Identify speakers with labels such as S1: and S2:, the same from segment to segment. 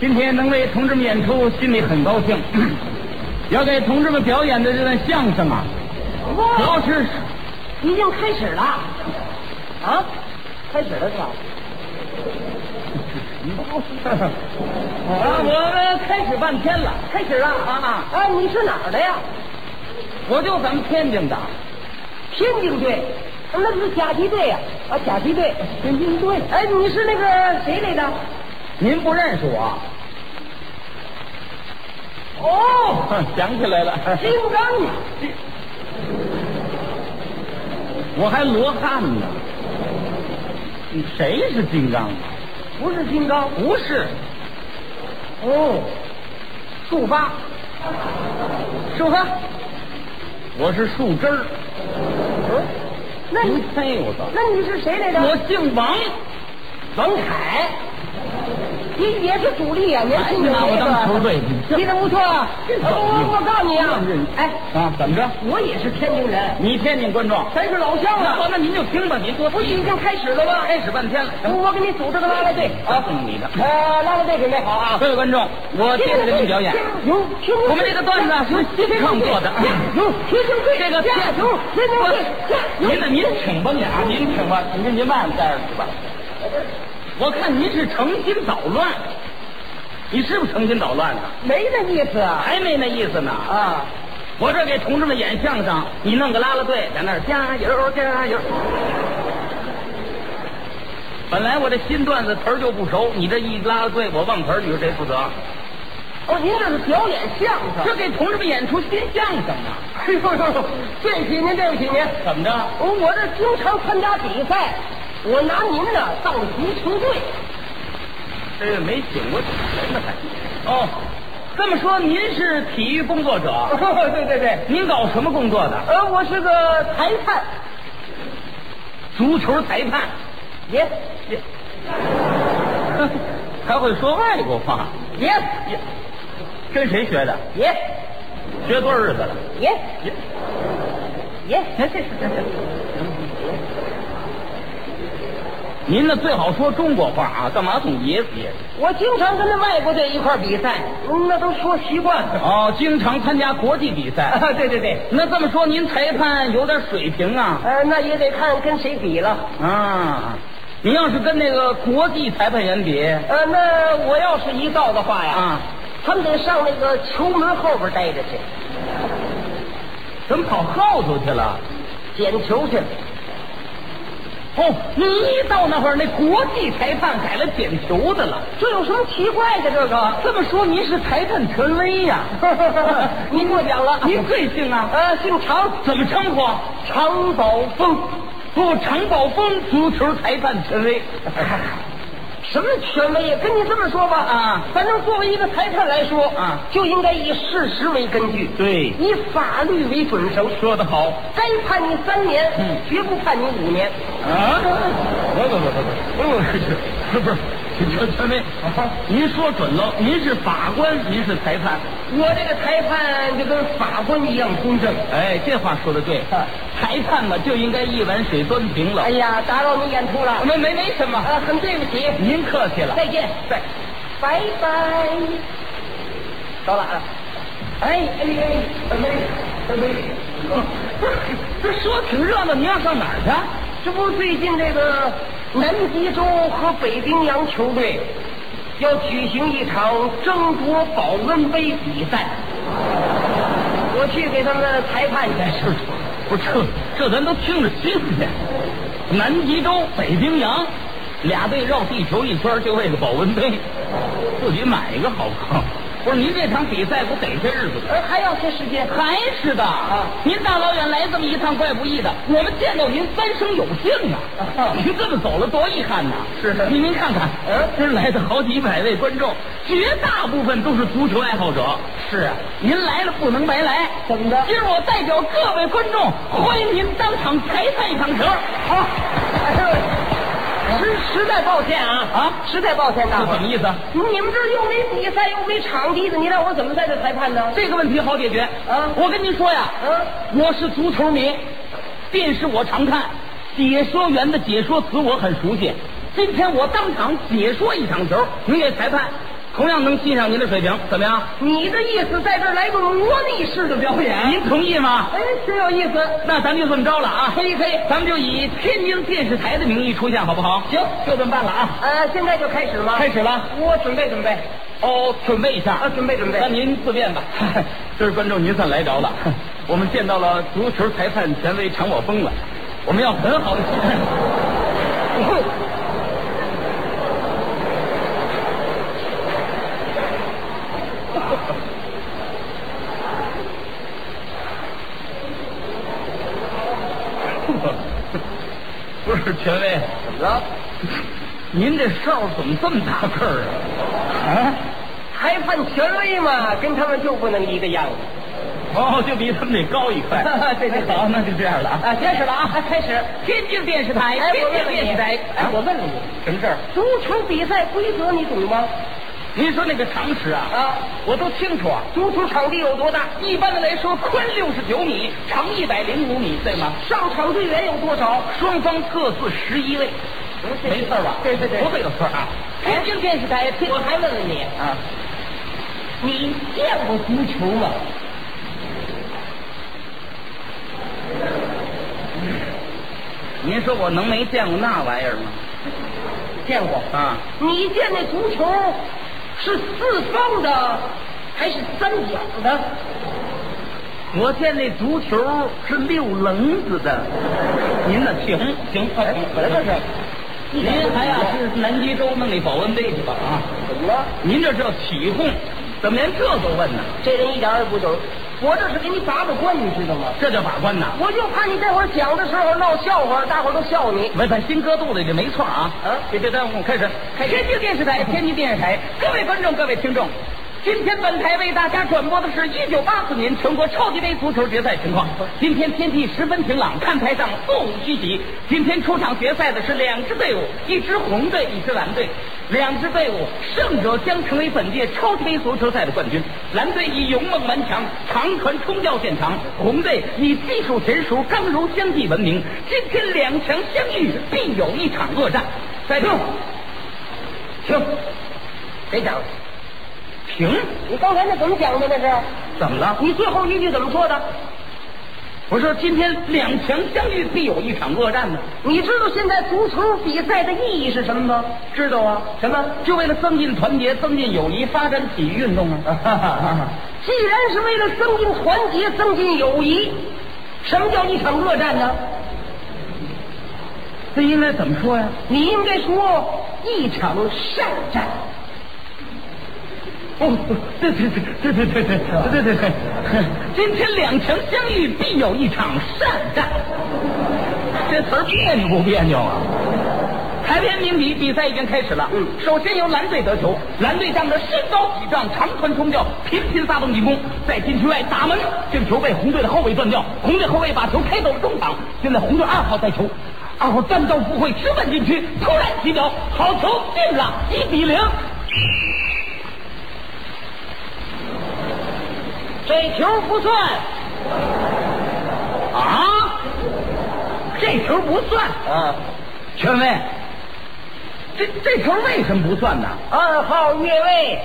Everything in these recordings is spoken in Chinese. S1: 今天能为同志们演出，心里很高 兴。要给同志们表演的这段相声啊，主要
S2: 哇，
S1: 是
S2: 已经开始了啊！开始了是 吧？
S1: 啊，我们开始半天了，
S2: 开始了
S1: 啊
S2: 哎，你是哪儿的呀？
S1: 我就咱们天津的，
S2: 天津队，那不是甲级队呀、啊？甲级队，天津队。哎，你是那个谁来的？
S1: 您不认识我？
S2: 哦，
S1: 想起来 了，
S2: 金刚呀！
S1: 我还罗汉呢。你谁是金刚？啊
S2: 不是金刚
S1: 不是，
S2: 哦，速发，
S1: 是吧？我是树枝儿。
S2: 那你
S1: 哎呦我操！
S2: 那你是谁来的？
S1: 哦我姓王，
S2: 王凯，你也是主力呀、啊，年轻人、
S1: 哎呀我当球队
S2: 踢的不错啊。
S1: 这
S2: 我我我告诉你啊，哎，
S1: 啊，怎么着？
S2: 我也是天津人，
S1: 你天津观众，
S2: 咱是老乡
S1: 那
S2: 了。
S1: 那您就听吧，您多哦
S2: 不是已经开始了吗？
S1: 开始半天了，
S2: 我给你组织个拉拉队
S1: 啊
S2: 啊，，
S1: 你的。
S2: 呃，拉拉队准备好啊。
S1: 各位观众，我接着给您表演。
S2: 有天津，
S1: 我们这个段子啊是新创作的
S2: 有天津队
S1: 这个
S2: 加油，天津队加油
S1: 您呢？您请吧，您啊，您请吧，您跟您外面待着去吧。我看您是诚心捣乱，你是不是诚心捣乱呢？
S2: 没那意思啊
S1: 还没那意思呢啊！
S2: 啊！
S1: 我这给同志们演相声，你弄个啦啦队在那儿加油加油。本来我这新段子词儿就不熟，你这一拉拉队，我忘词儿，你说谁负责？
S2: 哦，您这是表演相声。
S1: 这给同志们演出新相声呢？
S2: 哎呦呦，对不起您，对不起您。
S1: 哎怎么着？
S2: 我哦我这经常参加比赛，我拿您呢当足球队。
S1: 这个没请过主持人呢还？哦，这么说您是体育工作者？
S2: 对对对，
S1: 您搞什么工作的？
S2: 呃，我是个裁判，
S1: 足球裁判，
S2: 也
S1: 还会说外国话，
S2: 也
S1: 跟谁学的？
S2: 也
S1: 学多少日子了？
S2: 也
S1: 也
S2: 也，
S1: 您呢最好说中国话啊，干嘛总爷死爷死？
S2: 我经常跟那外国队一块儿比赛，嗯那都说习惯了。
S1: 哦，经常参加国际比赛。
S2: 啊 对对对，
S1: 那这么说，您裁判有点水平啊？
S2: 呃，那也得看跟谁比了。
S1: 啊，您要是跟那个国际裁判员比，
S2: 呃，那我要是一到的话呀，
S1: 啊
S2: 他们得上那个球门后边待着去
S1: 怎么跑后头去了？
S2: 捡球去。
S1: 哦，你一到那会儿，那国际裁判改了点球的了。
S2: 这有什么奇怪的？这个。
S1: 这么说，您是裁判权威呀、
S2: 您过奖了，
S1: 您贵姓啊？
S2: 呃姓常，
S1: 怎么称呼？
S2: 常宝峰，
S1: 不，哦常宝峰，足球裁判权威。
S2: 什么权威呀？跟你这么说吧
S1: 啊
S2: 反正作为一个裁判来说
S1: 啊
S2: 就应该以事实为根据，
S1: 对
S2: 以法律为准绳，
S1: 说得好
S2: 该判你三年，
S1: 嗯
S2: 绝不判你五年。
S1: 啊！不不不不不不不是，权权威，您说准了，您是法官，您是裁判。
S2: 我这个裁判就跟法官一样公正。
S1: 哎，这话说的对，
S2: 啊
S1: 裁判嘛就应该一碗水端平了。
S2: 哎呀，打扰你演出了，
S1: 没没没什么，哎
S2: 啊，很对不起，
S1: 您客气了。
S2: 再见，
S1: 再
S2: 拜拜。到哪了？哎哎哎，怎么怎么？
S1: 这说挺热闹，您要上哪儿去？啊
S2: 这不最近这个南极洲和北冰洋球队要举行一场争夺保温杯比赛，我去给他们裁判去。
S1: 是，不是这这咱都听着新鲜。南极洲、北冰洋，俩队绕地球一圈就为个保温杯，自己买一个好不好？不是您这场比赛不得些日子
S2: 呃，还要些时间。
S1: 还是的，啊您大老远来这么一趟，怪不易的。我们见到您三生有幸啊！您这么走了，多遗憾呐！
S2: 是是
S1: 您您看看，
S2: 嗯
S1: 今儿来的好几百位观众，绝大部分都是足球爱好者。
S2: 是啊，
S1: 您来了不能白来，
S2: 怎么着
S1: 今儿我代表各位观众，欢迎您当场裁判一场球。
S2: 好，哎呦实实在抱歉啊
S1: 啊
S2: 实在抱歉大
S1: 这
S2: 伙
S1: 什么
S2: 儿。
S1: 意思？
S2: 你们这儿又没比赛又没场地的，你让我怎么在这裁判呢？
S1: 这个问题好解决。
S2: 啊
S1: 我跟您说呀，
S2: 啊，
S1: 我是足球迷，电视我常看，解说员的解说词我很熟悉。今天我当场解说一场球，您给裁判同样能欣赏您的水平，怎么样？
S2: 你的意思在这儿来个魔力式的表演？
S1: 您同意吗？
S2: 哎，挺有意思。
S1: 那咱就这么着了啊！
S2: 可以可以
S1: 咱们就以天津电视台的名义出现，好不好？
S2: 行
S1: 就这么办了啊！
S2: 呃，现在就开始吗？
S1: 开始了，
S2: 我准备准备。
S1: 哦，准备一下
S2: 啊，准备准备
S1: 那。您自便 吧。这位观众，您算来着 了。我们见到了足球裁判权威常我峰了，我们要很好的 不是权威，
S2: 怎么了？
S1: 您这哨怎么这么大个儿啊？
S2: 裁判权威嘛，跟他们就不能一个样子。
S1: 啊，哦，就比他们得高一 块
S2: 对对对
S1: 好，那就这样了啊。
S2: 啊，开始了啊，开始。
S1: 天津电视台
S2: 哎，我问问你，
S1: 啊
S2: 哎，我问问你，
S1: 什么事儿？
S2: 足球比赛规则你懂吗？
S1: 您说那个常识啊，
S2: 啊，
S1: 我都清楚啊。
S2: 足球场地有多大？
S1: 一般的来说，宽六十九米，长一百零五米，对吗？
S2: 上场队员有多少？
S1: 双方各自十一位，没错吧？
S2: 对对对哎
S1: 不会有错啊。
S2: 天津电视台，我还问问你，
S1: 啊，
S2: 你见过足球吗？嗯
S1: 您说我能没见过那玩意儿吗？
S2: 见过。
S1: 啊，
S2: 你见那足球是四方的还是三角的？
S1: 我见那足球是六棱子的。您呢？哎行嗯行，快停！
S2: 怎么回事
S1: 您还要是南极洲弄那保温杯去吧啊！
S2: 怎么了？
S1: 您这叫起哄，怎么连这都问呢？
S2: 这人一点儿也不懂，我这是给你把把关，你知道吗？
S1: 这叫把关呐！
S2: 我就怕你待会儿讲的时候闹笑话，大伙儿都笑你。
S1: 没把心搁肚里，这没错啊！
S2: 啊
S1: 别别耽误，开始。天津电视台，天津电视台，各位观众，各位听众，今天本台为大家转播的是1984年全国超级杯足球决赛情况。今天天气十分晴朗，看台上座无虚席。今天出场决赛的是两支队伍，一支红队，一支蓝队。两支队伍胜者将成为本届超级杯足球赛的冠军。蓝队以勇猛顽强、长传冲吊见长，红队以技术娴熟、刚柔相济闻名。今天两强相遇，必有一场恶战。再听，停，
S2: 谁讲？
S1: 停，
S2: 你刚才那怎么讲的？那是？
S1: 怎么了？
S2: 你最后一句怎么说的？
S1: 我说今天两强相遇，必有一场恶战呢。
S2: 你知道现在足球比赛的意义是什么吗？
S1: 知道啊，
S2: 什么？
S1: 就为了增进团结、增进友谊、发展体育运动啊。
S2: 既然是为了增进团结、增进友谊，什么叫一场恶战呢？
S1: 这应该怎么说呀？
S2: 你应该说一场善战。
S1: 哦，对对对对对对对对对对对， 今天两强相遇，必有一场善战。这词儿别扭不别扭啊？台边鸣笛，比赛已经开始了。
S2: 嗯
S1: 首先由蓝队得球，蓝队仗着身高体壮、长传冲吊，频频发动进攻，在禁区外打门，这个球被红队的后卫断掉，红队后卫把球开走了中场。现在红队二号带球，二号站到不会，直奔禁区，突然起脚，好球进了，一比零。
S2: 这球不算，
S1: 啊，这球不算。
S2: 啊，
S1: 权威，这这球为什么不算呢？
S2: 二啊号越位，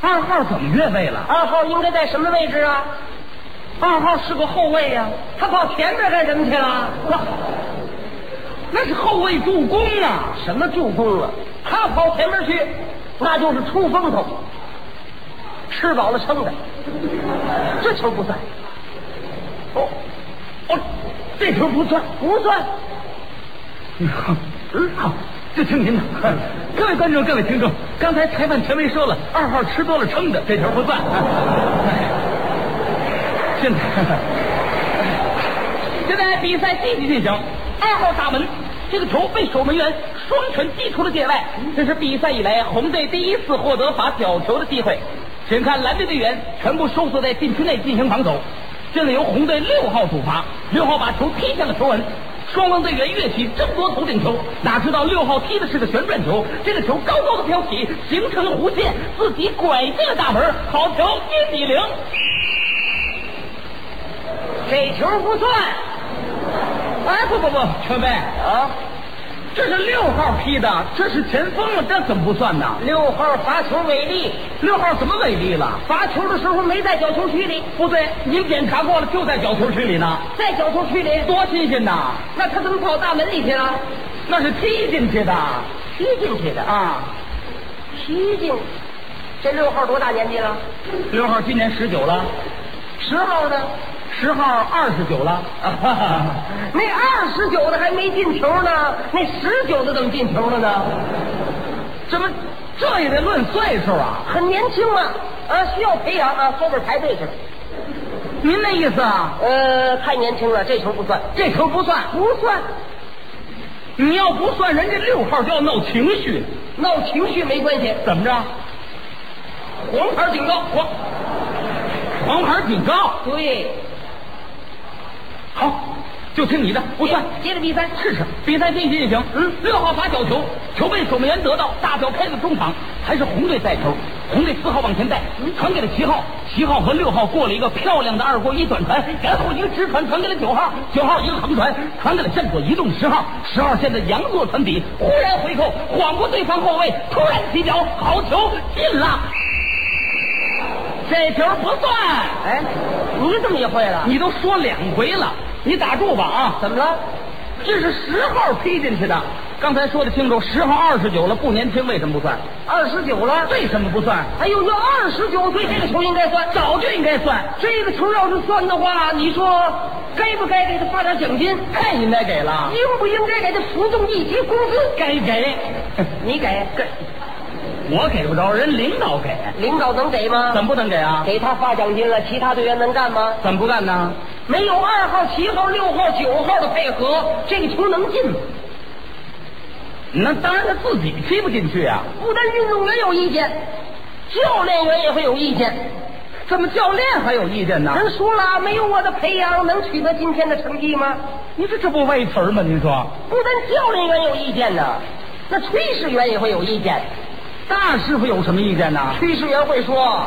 S1: 二号怎么越位了？
S2: 二号应该在什么位置啊？
S1: 二号是个后卫呀、
S2: 他跑前面干什么去了？
S1: 那是后卫助攻啊。
S2: 什么助攻啊？他跑前面去，那就是出风头，吃饱了撑的，这球不算，
S1: 哦，哦，这球不算。
S2: 不算。
S1: 你好，嗯，好，就听您的。各位观众，各位听众，刚才裁判权威说了，二号吃多了撑的，这球不算。哎现在，现在比赛继续进行。二号打门，这个球被守门员双拳击出了界外。这是比赛以来红队第一次获得罚角球的机会。请看蓝队队员全部收缩在禁区内进行防守。现在由红队六号主罚，六号把球踢向了球门。双方队员跃起争夺头顶球，哪知道六号踢的是个旋转球，这个球高高的飘起，形成弧线，自己拐进了大门，好球，一比零。
S2: 这球不算
S1: 哎，不不不，全威，
S2: 啊！
S1: 这是六号批的，这是前锋了，这怎么不算呢？
S2: 六号罚球违例，
S1: 六号怎么违例了？
S2: 罚球的时候没在角球区里，
S1: 不对，您检查过了，就在角球区里呢，
S2: 在角球区里，
S1: 多新鲜呐！
S2: 那他怎么跑大门里去了？
S1: 那是踢进去的
S2: 踢进去的，
S1: 啊！
S2: 踢进。这六号多大年纪了？
S1: 六号今年十九了，
S2: 十号呢？
S1: 十号二十九了，
S2: 那二十九的还没进球呢，那十九的怎么进球了呢？
S1: 这不这也得论岁数啊？
S2: 很年轻啊，啊，需要培养啊，后边排队去了。
S1: 您那意思啊？
S2: 呃，太年轻了，这球不算，
S1: 这球不算，
S2: 不算，
S1: 你要不算，人家六号就要闹情绪，
S2: 闹情绪没关系。
S1: 怎么着？
S2: 黄牌警告，
S1: 黄黄牌警告，
S2: 对，
S1: 好，就听你的，不算。
S2: 接着比赛，
S1: 试试比赛进行也行。嗯，六号罚角球，球被守门员得到，大脚开到中场，还是红队带球。红队四号往前带，传给了七号，七号和六号过了一个漂亮的二过一短传，然后一个直传传给了九号，九号一个横传传给了向左移动十号，十号现在佯作传底，忽然回扣晃过对方后卫，突然起脚，好球进了。这球不算，
S2: 哎，你怎么也会了？
S1: 你都说两回了，你打住吧啊！
S2: 怎么了？
S1: 这是十号踢进去的，刚才说的清楚，十号二十九了，不年轻为什么不算？
S2: 二十九了？
S1: 为什么不算？
S2: 哎呦，要二十九岁这个球应该算，
S1: 早就应该算，
S2: 这个球要是算的话，你说该不该给他发点奖金？
S1: 太应该给了，
S2: 应不应该给他浮动一级工资？
S1: 该给，
S2: 你给，给
S1: 我给不着，人领导给，
S2: 领导能给吗？
S1: 怎么不能给啊？
S2: 嗯给他发奖金了，其他队员能干吗？
S1: 怎么不干呢？
S2: 没有二号、七号、六号、九号的配合，这个球能进吗？
S1: 那当然他自己踢不进去啊！
S2: 不但运动员有意见，教练员也会有意见。
S1: 怎么教练还有意见呢？
S2: 人说了，没有我的培养，能取得今天的成绩吗？
S1: 你这这不喂词儿吗？您说，
S2: 不但教练员有意见呢，那炊事员也会有意见。
S1: 大师傅有什么意见呢？
S2: 炊事员会说，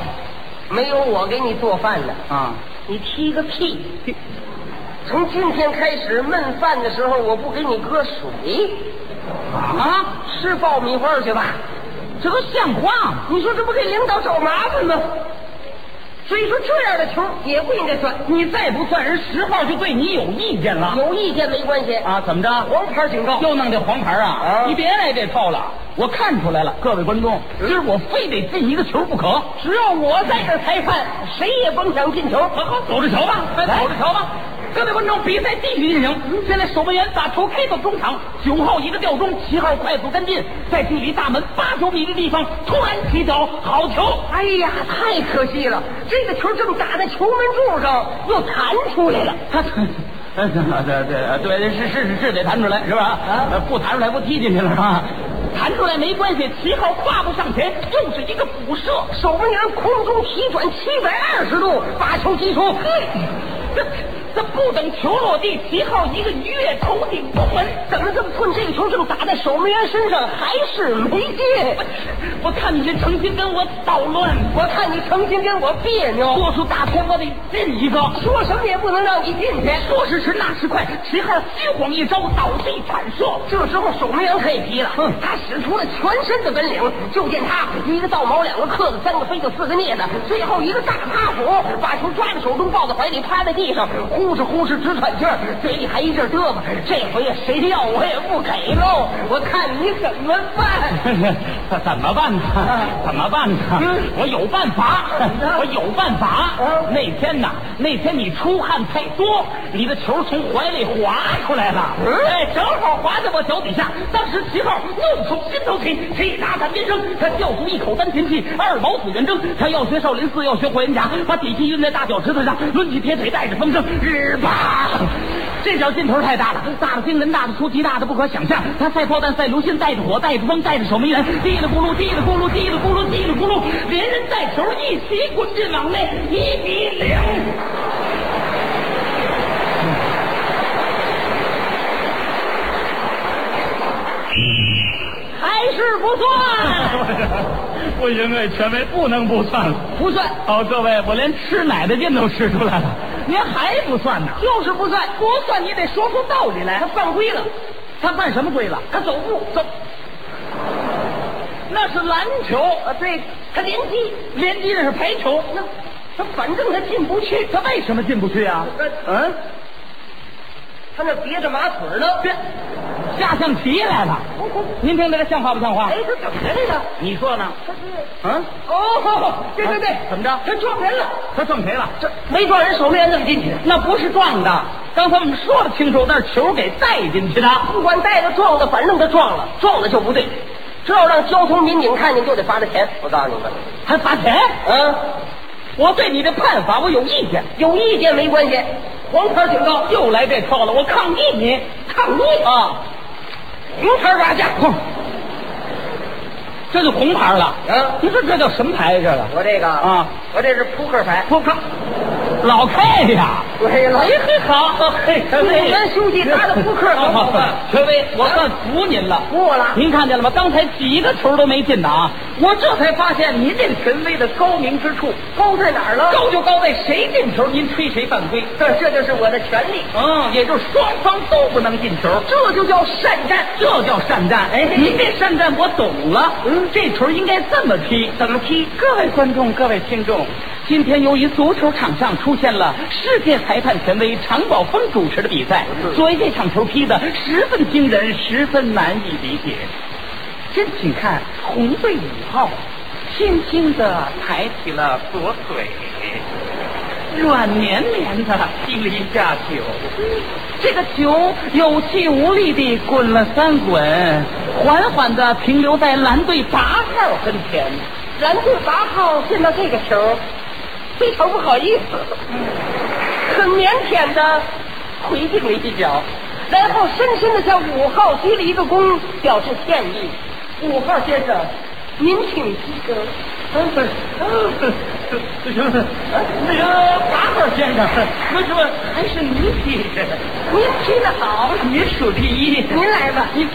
S2: 没有我给你做饭呢，
S1: 啊，
S2: 你踢个屁！从今天开始焖饭的时候，我不给你搁水，
S1: 啊，
S2: 吃爆米花去吧。
S1: 这都像话吗？
S2: 你说这不给领导找麻烦吗？所以说这样的球也不应该算，
S1: 你再不算，人十号就对你有意见了。
S2: 有意见没关系，
S1: 啊，怎么着？
S2: 黄牌警告。
S1: 又弄这黄牌啊！
S2: 啊
S1: 你别来这套了，我看出来了，各位观众，今儿我非得进一个球不可。
S2: 嗯只要我在这儿裁判，谁也甭想进球。
S1: 好好，走着瞧吧，
S2: 来嗯
S1: 走着瞧吧。各位观众，比赛继续进行。现在守门员把球开到中场，九号一个吊中，七号快速跟进，在距离大门八九米的地方突然起脚，好球！
S2: 哎呀，太可惜了！这个球正打在球门柱上，又弹出 来了。
S1: 他，对对哎对，是是是是得弹出来，是吧？
S2: 啊
S1: 呃不弹出来不踢进去了是吧？弹出来没关系，七号跨步上前，又是一个补射，
S2: 守门员空中提转七百二十度，把球击出。
S1: 这这不等球落地，七号一个跃头顶攻门，
S2: 怎么这么寸？这个球正打在守门员身上，还是没进。
S1: 我看你这成心跟我捣乱，
S2: 我看你成心跟我别扭，
S1: 多数大片我得进一个。
S2: 说什么也不能让你进去。
S1: 说时迟，那时快，七号虚晃一招，倒地铲射。
S2: 这时候守门员可以急了，
S1: 嗯
S2: 他使出了全身的本领。就见他一个倒毛，两个克子，三个飞子，四个镊子，最后一个大踏步，把球抓在手中，抱在怀里，趴在地上，呼哧呼哧直喘气儿，嘴里还一阵嘚瑟。这回谁要我也不给喽，我看你怎么办！
S1: 怎么办呢？怎么办呢？我有办法，我有办法。
S2: 嗯
S1: 那天呐，那天你出汗太多，你的球从怀里滑出来了，
S2: 嗯
S1: 哎，正好滑在我脚底下。当时齐号怒出心头起，气打伞边生，他吊出一口丹田气，二毛子元征，他要学少林寺，要学火焰甲，把底气运在大脚趾头上，抡起铁腿带着风声，日吧。这脚劲头太大了，大的惊人，大的出奇，大的不可想象。他赛炮弹，赛炉心，带着火，带着风，带着守门员，叽里咕噜，叽里咕噜，叽里咕噜，叽里咕噜，连人带球一起滚进网内，一比零。嗯
S2: 还是不算，
S1: 不行，各位权威不能不算了。
S2: 不算，
S1: 好，各位，我连吃奶的劲都吃出来 了，您还不算呢？
S2: 就是不算，
S1: 不算，你得说出道理来。
S2: 他犯规了。
S1: 他办什么规了？
S2: 他走步走
S1: 那是篮球，
S2: 啊，对，他连击，
S1: 联机哦那是排球，
S2: 那他反正他进不去，
S1: 他为什么进不去啊？嗯，
S2: 他那别着马腿呢。
S1: 别下象棋来了。
S2: 不不
S1: 您听这个像话不像话
S2: 哎，？他怎么了这个？
S1: 你说呢？
S2: 他是
S1: 嗯，
S2: 哦，对对对，
S1: 啊怎么着
S2: 他撞人了，
S1: 他撞谁了？
S2: 这没撞人手没按那么进去，
S1: 那不是撞的，刚才我们说的清楚，那是球给带进去的。
S2: 不管带着撞的，反正他撞了，撞了就不对。这要让交通民警看见，就得罚他钱。我告诉你们，
S1: 还罚钱？
S2: 啊，
S1: 我对你的判罚我有意见，
S2: 有意见没关系，黄牌警告，
S1: 又来这套了，我抗议你，
S2: 抗议
S1: 啊！
S2: 红牌罚下。
S1: 哼，这就红牌了。
S2: 啊
S1: 你说这叫什么牌呀？这个
S2: 我这个
S1: 啊，
S2: 我这是扑克牌。
S1: 我靠，老 K 呀！
S2: 我这老
S1: 哎嘿好，嘿，
S2: 我们兄弟打的扑克好不好
S1: 陈威，我算服您了。
S2: 服我了
S1: 您看见了吗？刚才几个球都没进的啊！我这才发现您这陈威的高明之处，
S2: 高在哪儿了？
S1: 高就高在谁进球您吹谁犯规。
S2: 这这就是我的权利，
S1: 嗯，也就是双方都不能进球，
S2: 这就叫善战。嗯
S1: 这叫善战。哎，您这善战我懂了。嗯，这球应该这么踢，怎么踢？各位观众，各位听众，今天由于足球场上出现了世界裁判权威常宝峰主持的比赛，
S2: 嗯
S1: 所以这场球踢的十分惊人，十分难以理解。真请看红队以后，轻轻的抬起了左腿。软绵绵的踢了一下球，这个球有气无力地滚了三滚，缓缓地停留在蓝队八号跟前。
S2: 蓝队八号见到这个球，非常不好意思， 很腼腆的回敬了一脚，然后深深的向五号鞠了一个躬，表示歉意。五号先生，您请息歌。嗯不是
S1: 那什么，那个八号先生，那什么还是您踢的，
S2: 您踢得好，
S1: 您数第一。
S2: 您来吧。
S1: 你，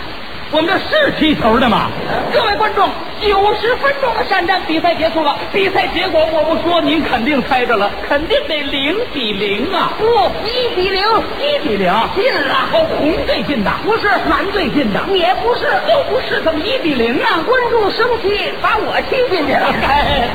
S1: 我们这是踢球的吗？各位观众，九十分钟的善战比赛结束了，比赛结果我不说，您肯定猜着了，肯定得零比零啊！
S2: 不，一比零，
S1: 一比零，
S2: 进了
S1: 哦，红队进的，不是蓝队进的，
S2: 也不是，
S1: 又不是，怎么一比零啊？
S2: 观众生气，把我踢进去了。
S1: 哎，